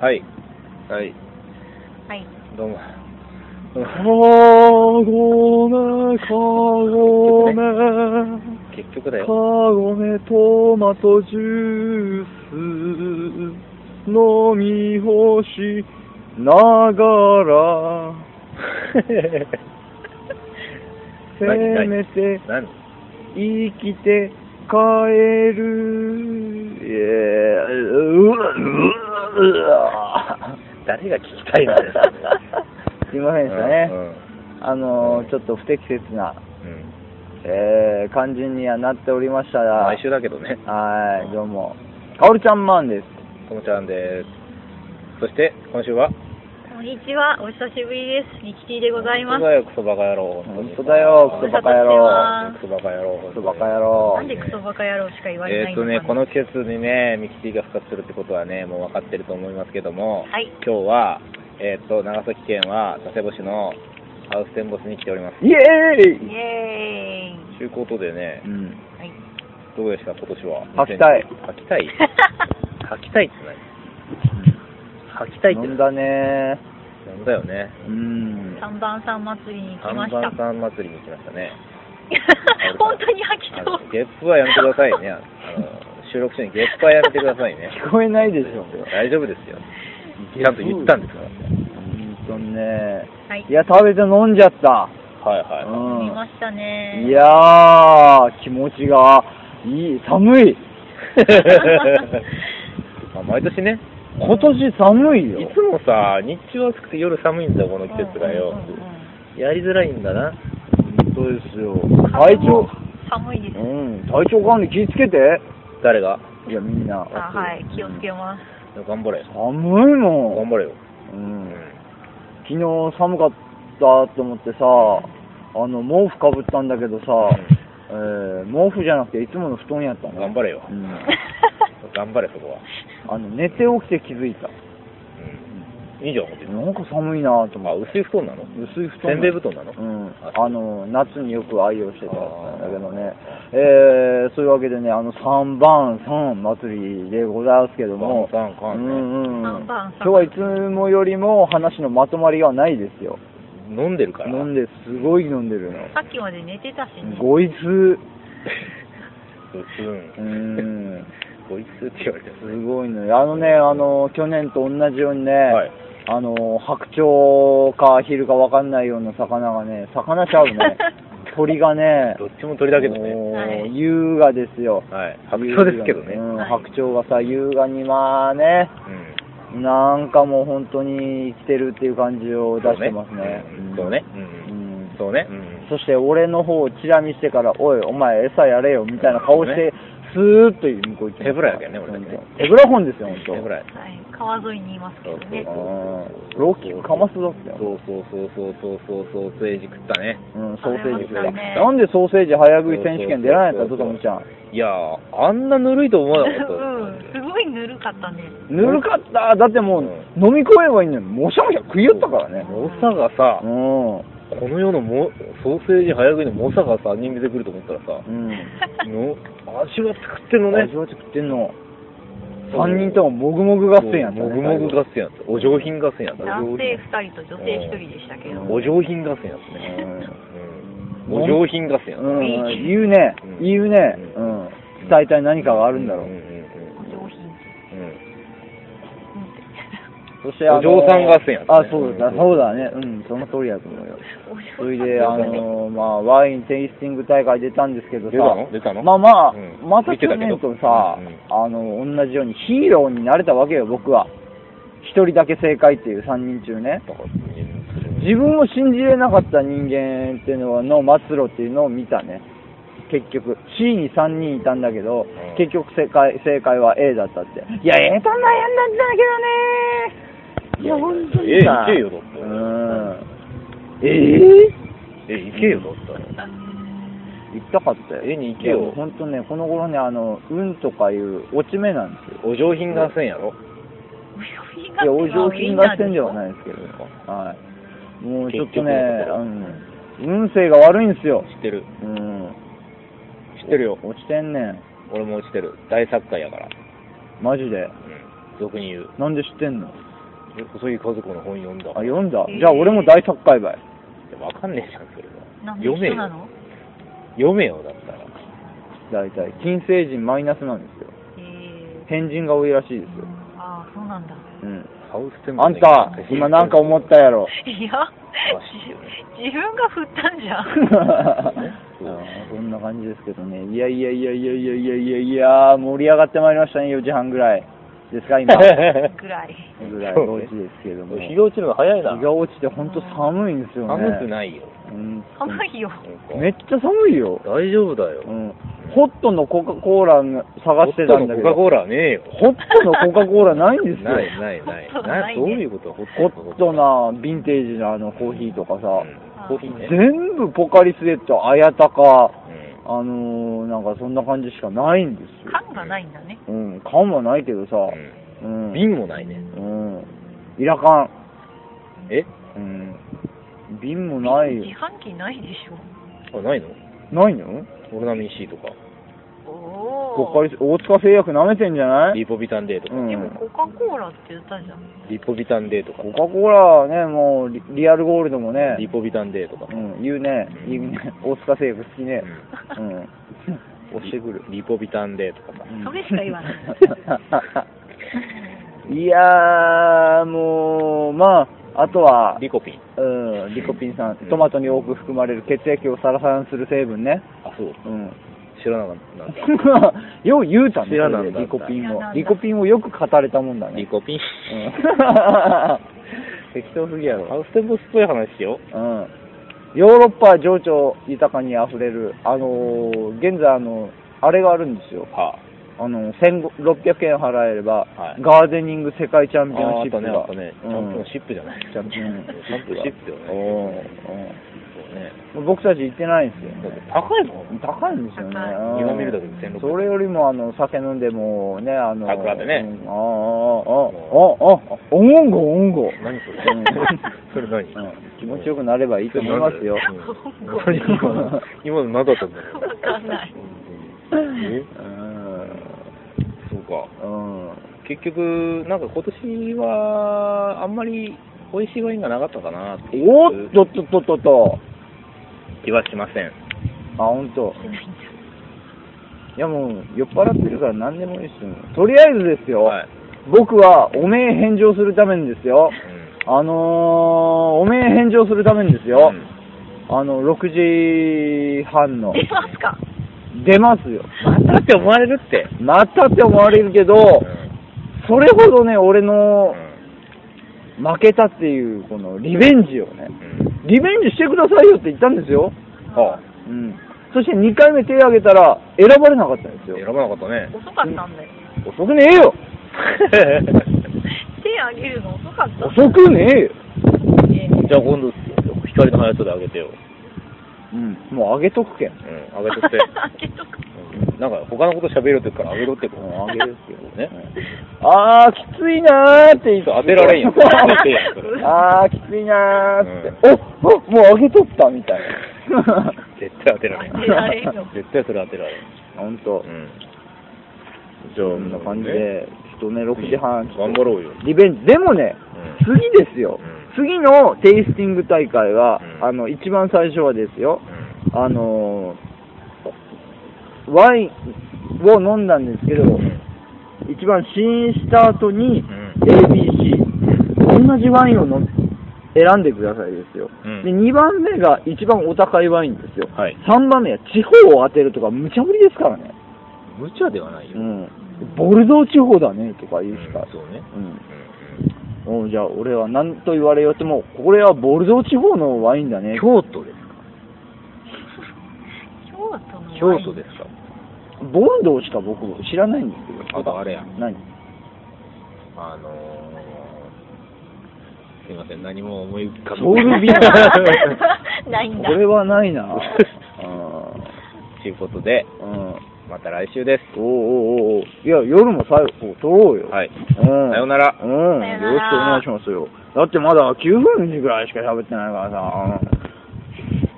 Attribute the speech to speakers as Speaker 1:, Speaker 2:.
Speaker 1: はい。はい。
Speaker 2: はい。
Speaker 1: どうも。 かごめ、かごめ、結局だよ。かごめ、トマトジュース、飲み干しながら、せめて
Speaker 3: 何
Speaker 1: 生きて帰る。いやうわ、うわ、うわ。
Speaker 3: 誰が聞きたいのですかね
Speaker 1: すいませんでしたね。
Speaker 3: うん
Speaker 1: あの
Speaker 3: うん
Speaker 1: ー、ちょっと不適切な、
Speaker 3: うん
Speaker 1: えー、感じにはなっておりましたが、
Speaker 3: 毎週だけどね。
Speaker 1: はーい、どうも。かおるちゃんマンです。
Speaker 3: ともちゃんです。そして、今週は
Speaker 2: こんにちは、お久しぶりです。ミキティでございま
Speaker 3: 本
Speaker 2: す
Speaker 3: 当。だよ、クソバカ野郎。
Speaker 1: 本当だよ、クソバカ野郎。
Speaker 3: クソバカ野郎。
Speaker 1: クソバカ野郎
Speaker 2: な。んでクソバカ野郎しか言われな
Speaker 3: え
Speaker 2: い
Speaker 3: っと
Speaker 2: のか
Speaker 3: ね、この季節にね、ミキティが復活するってことはね、もう分かってると思いますけども、
Speaker 2: はい
Speaker 3: 今日は、えっと、長崎県は佐世保市のハウステンボスに来ております。
Speaker 1: イエ
Speaker 2: イ
Speaker 1: ーイ
Speaker 2: エーイ
Speaker 3: ということでね
Speaker 1: う、ん。
Speaker 2: はい。
Speaker 3: どうでした、今年は。
Speaker 1: 吐きたい
Speaker 3: 吐きたい吐きたいって何吐きたいって何
Speaker 1: 飲んだね
Speaker 3: なんだよね。
Speaker 1: ー。うん。
Speaker 2: 三番さん祭りに行き
Speaker 3: 三
Speaker 2: ま
Speaker 3: 番
Speaker 2: した。
Speaker 3: さん祭りに行きましたね。
Speaker 2: 本当に吐き
Speaker 3: あ
Speaker 2: そ
Speaker 3: の
Speaker 2: う。
Speaker 3: ゲップはやめてくださいね。あの収録中にゲップはやめてくださいね。
Speaker 1: 聞こえ ないでしょ。
Speaker 3: 大丈夫ですよ。ちゃんと言ったんですから。
Speaker 1: 本当にね
Speaker 2: はい。
Speaker 1: いや、食べて飲んじゃった。
Speaker 3: はいはい。
Speaker 2: 見
Speaker 1: う
Speaker 2: ましたね。
Speaker 1: ん。いやー、気持ちがいい。寒い。
Speaker 3: まあ、毎年ね、
Speaker 1: 今年寒いよ。
Speaker 3: いつもさ、日中暑くて夜寒いんだよ、この季節がよ
Speaker 2: うん。うんうん
Speaker 3: やりづらいんだな。
Speaker 1: 本当ですよ。体調、
Speaker 2: 寒いです。
Speaker 1: うん、体調管理気ぃつけて。
Speaker 3: 誰が
Speaker 1: いや、みんな。
Speaker 2: あはい、気をつけます。
Speaker 3: 頑張れ。
Speaker 1: 寒いも
Speaker 3: 頑
Speaker 1: ん。
Speaker 3: 張れよ。
Speaker 1: う
Speaker 3: うん
Speaker 1: ん。昨日寒かったと思ってさ、あの、毛布かぶったんだけどさ、えー、毛布じゃなくていつもの布団やったの。
Speaker 3: 頑張れよ。
Speaker 1: うん。
Speaker 3: 頑張れ、そこは。
Speaker 1: あの、寝て起きて気づいた。
Speaker 3: うん。いいじゃん、ほんとに。
Speaker 1: なんか寒いなと
Speaker 3: あ、
Speaker 1: 思っ
Speaker 3: 薄
Speaker 1: て。
Speaker 3: い布団なの
Speaker 1: 薄い布団。
Speaker 3: せんべい布団なの
Speaker 1: うん
Speaker 3: あ、
Speaker 1: あの夏によく愛用してたやつなんだけどね
Speaker 3: あ、
Speaker 1: えー、そういうわけでね、あの3番3祭りでございますけども、
Speaker 3: 三番三
Speaker 1: う
Speaker 3: ね
Speaker 1: んうん、
Speaker 2: 三番
Speaker 1: 今
Speaker 2: 三
Speaker 1: 日はいつもよりも話のまとまりがないですよ、
Speaker 3: 飲んでるから。
Speaker 1: 飲んですごい飲んでるの、
Speaker 2: さっきまで寝てたしね。
Speaker 1: ごいつ、
Speaker 3: う。
Speaker 1: うんん、
Speaker 3: こいつって言われて
Speaker 1: すごいのよ、あのね、あの去年と同じようにね、
Speaker 3: はい
Speaker 1: あの白鳥かヒルか分かんないような魚がね、魚ちゃう ね、鳥がね、
Speaker 3: どっちも鳥だけどね。
Speaker 1: もう
Speaker 2: はい
Speaker 1: 優雅ですよ。
Speaker 3: はい。白鳥ですけどね。
Speaker 1: うん
Speaker 2: はい
Speaker 1: 白鳥がさ、優雅にまあね、
Speaker 3: うん。
Speaker 1: なんかもう本当に生きてるっていう感じを出してますね。
Speaker 3: そうね。う。
Speaker 1: うんん
Speaker 3: そうね。
Speaker 1: そして俺の方をチラ見してから、おい、お前餌やれよ、みたいな顔して、スーッと向こう行ってました。
Speaker 3: 手ぶらやけどね俺だけね
Speaker 1: 本当手ぶら本ですよ、
Speaker 3: そ
Speaker 1: 本
Speaker 3: れぐ
Speaker 1: 当。
Speaker 3: らい。
Speaker 2: はい、川沿いにいますけどね。
Speaker 1: うんロッキーかますだってよ。
Speaker 3: そうそうそうそうそうそうそう、ソーセージ食ったね。
Speaker 1: うん、ソーセージ食
Speaker 2: あれ
Speaker 1: っ
Speaker 2: もね
Speaker 1: た。なんでソーセージ早食い選手権出られないんだ、
Speaker 3: そう
Speaker 1: ド
Speaker 3: そう
Speaker 1: タ
Speaker 3: そう
Speaker 1: ムちゃん。
Speaker 3: いやー、あんなぬるいと思わなかった。
Speaker 2: うん、すごいぬるかったね。
Speaker 1: ぬるかっただってもう、
Speaker 3: うん
Speaker 1: 飲み込めばいいのに、もしゃもしゃ食いよったからね。
Speaker 3: 猛者がさ、
Speaker 1: うん。
Speaker 3: この世のもソーセージ早食いの猛者がさ、人見てくると思ったらさ、
Speaker 1: うん。
Speaker 3: の味は作ってんのね
Speaker 1: 味。わって食ってんの。三人とももぐもぐ合戦やった、ね。
Speaker 3: もぐもぐ合戦やった。お上品合戦やった。
Speaker 2: 男
Speaker 3: お上
Speaker 2: 性
Speaker 3: 品
Speaker 2: 2人と女性1人でしたけど。
Speaker 3: お上品合戦やったね。うんお上品合戦やった。
Speaker 1: うん。
Speaker 2: いい
Speaker 1: うん。言うね
Speaker 3: うん。
Speaker 1: 言うね。う。
Speaker 3: うん
Speaker 1: 伝えたい何かがあるんだろう。
Speaker 3: うんうん
Speaker 2: お上品。
Speaker 3: うんうん
Speaker 1: そしてあの
Speaker 3: お嬢さん合戦やったね
Speaker 1: あ、そうだ、そうだね。うん。その通りやと思うよ。
Speaker 2: お
Speaker 1: そ
Speaker 2: 上 品。。
Speaker 1: れで、あの、まあ、ワインテイスティング大会出たんですけどさ
Speaker 3: 出た。の出たの
Speaker 1: まあまあ
Speaker 3: うん、
Speaker 1: また
Speaker 3: 見て
Speaker 1: 去
Speaker 3: たけど
Speaker 1: 年とさ
Speaker 3: うんうん、
Speaker 1: あの、同じようにヒーローになれたわけよ、僕は。一人だけ正解っていう三人中ね。
Speaker 3: だからうん
Speaker 1: 自分を信じれなかった人間っていうのはの末路っていうのを見たね結局 C に3人いたんだけど、
Speaker 3: ん
Speaker 1: 結局正解正解は A だったっていや A と悩んだんだけどねいや本当にさ
Speaker 3: A いけよだって
Speaker 1: うーんえ
Speaker 3: え、行けよ、だったら。
Speaker 1: え行ったかったよ
Speaker 3: A に行けよ
Speaker 1: いや本当ねこの頃ねあの運とかいう落ち目なんですよ
Speaker 3: お上品合戦やろ。
Speaker 1: いやお上品合戦ではないいですけどはいもうちょっ
Speaker 3: 結局
Speaker 1: とね
Speaker 3: のところ
Speaker 1: うん運勢が悪いんですよ
Speaker 3: 知ってる。
Speaker 1: うん
Speaker 3: 知ってるよ。
Speaker 1: 落ちてんねん
Speaker 3: 俺も落ちてる。大作家やから。
Speaker 1: マジで
Speaker 3: うん。俗に言う。
Speaker 1: なんで知ってんの
Speaker 3: え細木和子の本読んだ。
Speaker 1: あ、読んだ。
Speaker 2: えー
Speaker 1: じゃあ俺も大作界隈。
Speaker 3: いやわかんねえじゃん、それは。
Speaker 2: なんで
Speaker 3: 読め
Speaker 2: 人
Speaker 3: よ
Speaker 2: な。の
Speaker 3: 読めよ、だったら。
Speaker 1: 大体。金星人マイナスなんですよ。
Speaker 2: えー、
Speaker 1: 変人が多いらしいですよ。
Speaker 2: ああ、そうなんだ。
Speaker 1: うん。
Speaker 3: ハウステンボ
Speaker 1: あ
Speaker 3: ス
Speaker 1: んた、今なんか思った やろ。
Speaker 2: いや、じ自分が振ったんじゃ
Speaker 1: あ
Speaker 2: ん。
Speaker 1: ーそんな感じですけどね。いやいやいやいやいやいやいやいや、盛り上がってまいりましたね、4時半ぐらい。ですか、 今。
Speaker 2: ぐらい。
Speaker 1: ぐらいの時ですけども。
Speaker 3: 日が落ちるの早いな。
Speaker 1: 日が落ちて本当寒いんですよね。
Speaker 3: 寒くないよ。
Speaker 1: うん
Speaker 2: 寒いよ。
Speaker 1: めっちゃ寒いよ。
Speaker 3: 大丈夫だよ
Speaker 1: う。ん。ホットのコカ・コーラ探してたんだけ
Speaker 3: ホットのコカ・
Speaker 1: ど、
Speaker 3: コーラはねえよ。
Speaker 1: ホットのコカ・コーラないんですよ。
Speaker 3: ないないない。
Speaker 2: ホットがないね
Speaker 3: どういうことホ
Speaker 1: ホ
Speaker 3: ッ
Speaker 1: ットなヴィンテージのあのコーヒーとかさ、
Speaker 3: うんコーヒーね。
Speaker 1: 全部ポカリスエット、あやたか、
Speaker 3: うん
Speaker 1: あのー、なんかそんな感じしかないんですよ。
Speaker 2: 感がないんだね。
Speaker 1: うん、缶はないけどさ、うん。
Speaker 3: 瓶もないね。
Speaker 1: うん。イラカン。
Speaker 3: え
Speaker 1: うん。瓶もないよ
Speaker 2: 自。販機ないでし
Speaker 3: あ、ないの
Speaker 1: ないの
Speaker 3: オルナミン C とか、
Speaker 2: ょ。おお。
Speaker 1: ポカリス、大塚製薬舐めてんじゃない
Speaker 3: リポビタンデーとか
Speaker 1: う、ん
Speaker 2: でもコカ・コーラって言ったじゃん。
Speaker 3: リポビタンデーとか
Speaker 1: コカ、・コーラはね、もうリ、リアルゴールドもね、
Speaker 3: リポビタンデーとか、
Speaker 1: うん、言うね、言うね、大塚製薬好きね。うん。
Speaker 3: うん
Speaker 1: 押してくる。
Speaker 3: リポビタンデーとかさ、
Speaker 2: それしか言わない
Speaker 1: いやー、もう、まあ、あとは、
Speaker 3: リコピン。
Speaker 1: うん、リコピンさん、トマトに多く含まれる血液をサラサラにする成分ね。
Speaker 3: あ、そう。
Speaker 1: うん。
Speaker 3: 知らなかったなんだ。
Speaker 1: よう言うたね、
Speaker 3: 知らなんだ
Speaker 1: それでリコピン
Speaker 2: 知らなん
Speaker 1: を。
Speaker 2: だ
Speaker 1: リコピンをよく語れたもんだ
Speaker 3: リ
Speaker 1: ね。
Speaker 3: コピン。
Speaker 1: うん 適当すぎ や
Speaker 3: ハ
Speaker 1: ろ。
Speaker 3: ウステンボスっぽい話よ。
Speaker 1: うん。ヨーロッパ情緒豊かに溢れる、あのー現在あの、あれがあるんですよ。
Speaker 3: は
Speaker 1: あの、1600円払えれば、
Speaker 3: はい
Speaker 1: ガーデニング世界チャン
Speaker 3: あ、
Speaker 1: ピオン
Speaker 3: あ
Speaker 1: シッ
Speaker 3: と
Speaker 1: プ
Speaker 3: ね、
Speaker 1: が。
Speaker 3: あとね、チ
Speaker 1: う
Speaker 3: ャ
Speaker 1: ん
Speaker 3: ンピオンシップじゃない。
Speaker 1: チャンピ
Speaker 3: チ
Speaker 1: オン
Speaker 3: ャンピオンシップよね。
Speaker 1: おーう
Speaker 3: そ
Speaker 1: ん
Speaker 3: うね。
Speaker 1: 僕たち行ってないんですよ
Speaker 3: だっ
Speaker 1: ね。
Speaker 3: て高いもん。
Speaker 1: 高いんですよね。
Speaker 2: 高
Speaker 3: 今見るだけで1600円
Speaker 1: それよりも、あの、酒飲んでも、ね、あの、
Speaker 3: 桜でね
Speaker 1: うんああ、ああ、ああ、ああ、おんご、おんご。
Speaker 3: 何それ
Speaker 1: うん
Speaker 3: それ何
Speaker 1: うん気持ちよくなればいいと思いますよ。
Speaker 3: うん何今の今の何だったんだろう。
Speaker 2: わかんない。
Speaker 3: えそうか。
Speaker 1: うん。うん。
Speaker 3: 結局、なんか今年は、あんまり美味しいワインがなかったかなっていう
Speaker 1: おっとっとっとっとっと。
Speaker 3: 気はしません。
Speaker 1: あ、ほんと。いやもう、酔っ払ってるから何でもいいっすよ。とりあえずですよ。
Speaker 3: はい。
Speaker 1: 僕は、おめえ返上するためにですよ。
Speaker 3: うん
Speaker 1: あのー、おめえ返上するためにですよ。
Speaker 3: うん
Speaker 1: あの、6時半の。
Speaker 2: 出ますか
Speaker 1: 出ますよ。
Speaker 3: またって思われるって。
Speaker 1: またって思われるけど、それほどね、俺の負けたっていう、このリベンジをね、リベンジしてくださいよって言ったんですよ。
Speaker 3: はあ、
Speaker 1: うん。そして2回目手挙げたら、選ばれなかったんです
Speaker 3: 選
Speaker 1: よ。
Speaker 3: ばなかったね。
Speaker 2: 遅かったんだよ。
Speaker 1: 遅くねえ よ
Speaker 2: 手あげるの遅かった。
Speaker 1: 遅くねえよ
Speaker 2: えー
Speaker 3: じゃあ今度、光の速さで上げてよ。
Speaker 1: うん。もう上げとくけ
Speaker 3: う
Speaker 1: ん。
Speaker 3: ん、上げと って。
Speaker 2: あげとく
Speaker 3: うんなんか他のこと喋るって言うから上げろって言うから
Speaker 1: うん上げるっていう
Speaker 3: ね。
Speaker 1: あー、きついなーって言って
Speaker 3: そう当てられんよ。当てやんそれ
Speaker 1: あー、きついなーって。おおもう上げとったみたい な。
Speaker 3: 絶対当てられん。
Speaker 2: 当てられんよ
Speaker 3: 絶対それ当てられん。
Speaker 1: ほんと
Speaker 3: う。ん。
Speaker 1: じゃあ、こんな感じで、ちょっとね、6時半、ちょ
Speaker 3: 頑
Speaker 1: っ
Speaker 3: 張ろうよ。
Speaker 1: とリベンジ。でもね、
Speaker 3: う
Speaker 1: 次ですよ
Speaker 3: うん。
Speaker 1: 次のテイスティング大会は
Speaker 3: う、ん
Speaker 1: あの、一番最初はですよ、
Speaker 3: ん
Speaker 1: あのー、ワインを飲んだんですけど、一番試飲した後に
Speaker 3: ん
Speaker 1: ABC、同じワインを飲ん選んでくださいですよ、
Speaker 3: うん
Speaker 1: で、2番目が一番お高いワインですよ。
Speaker 3: はい。
Speaker 1: 3番目は地方を当てるとか無茶ぶりですからね。
Speaker 3: 無茶ではないよ。
Speaker 1: う
Speaker 3: うん
Speaker 1: ん。ボルドー地方だねとか言うしか。
Speaker 3: そうね。
Speaker 1: うん
Speaker 3: うん
Speaker 1: おうじゃあ俺は何と言われようとも、これはボルドー地方のワインだね。
Speaker 3: 京都ですか
Speaker 2: 京都の
Speaker 3: 京
Speaker 2: ワイン
Speaker 3: 都ですか
Speaker 1: ボルドーしか僕知らないんですけど。
Speaker 3: あとあれや。
Speaker 1: 何
Speaker 3: あのー、すいません、何も思い浮かべ
Speaker 1: ソウルビア
Speaker 2: ないんだ。
Speaker 1: これはないな。
Speaker 3: ということで、
Speaker 1: うん。うん。
Speaker 3: また来週で
Speaker 1: おうおうおうおういや、夜も最後、撮ろうよ。
Speaker 3: す。はい。
Speaker 1: うん。さ
Speaker 3: さようなら。
Speaker 1: うん。
Speaker 2: さよ
Speaker 1: よろしくお
Speaker 2: なら
Speaker 1: 願いしますよ。だってまだ9分ぐらいしか喋ってないからさ。うん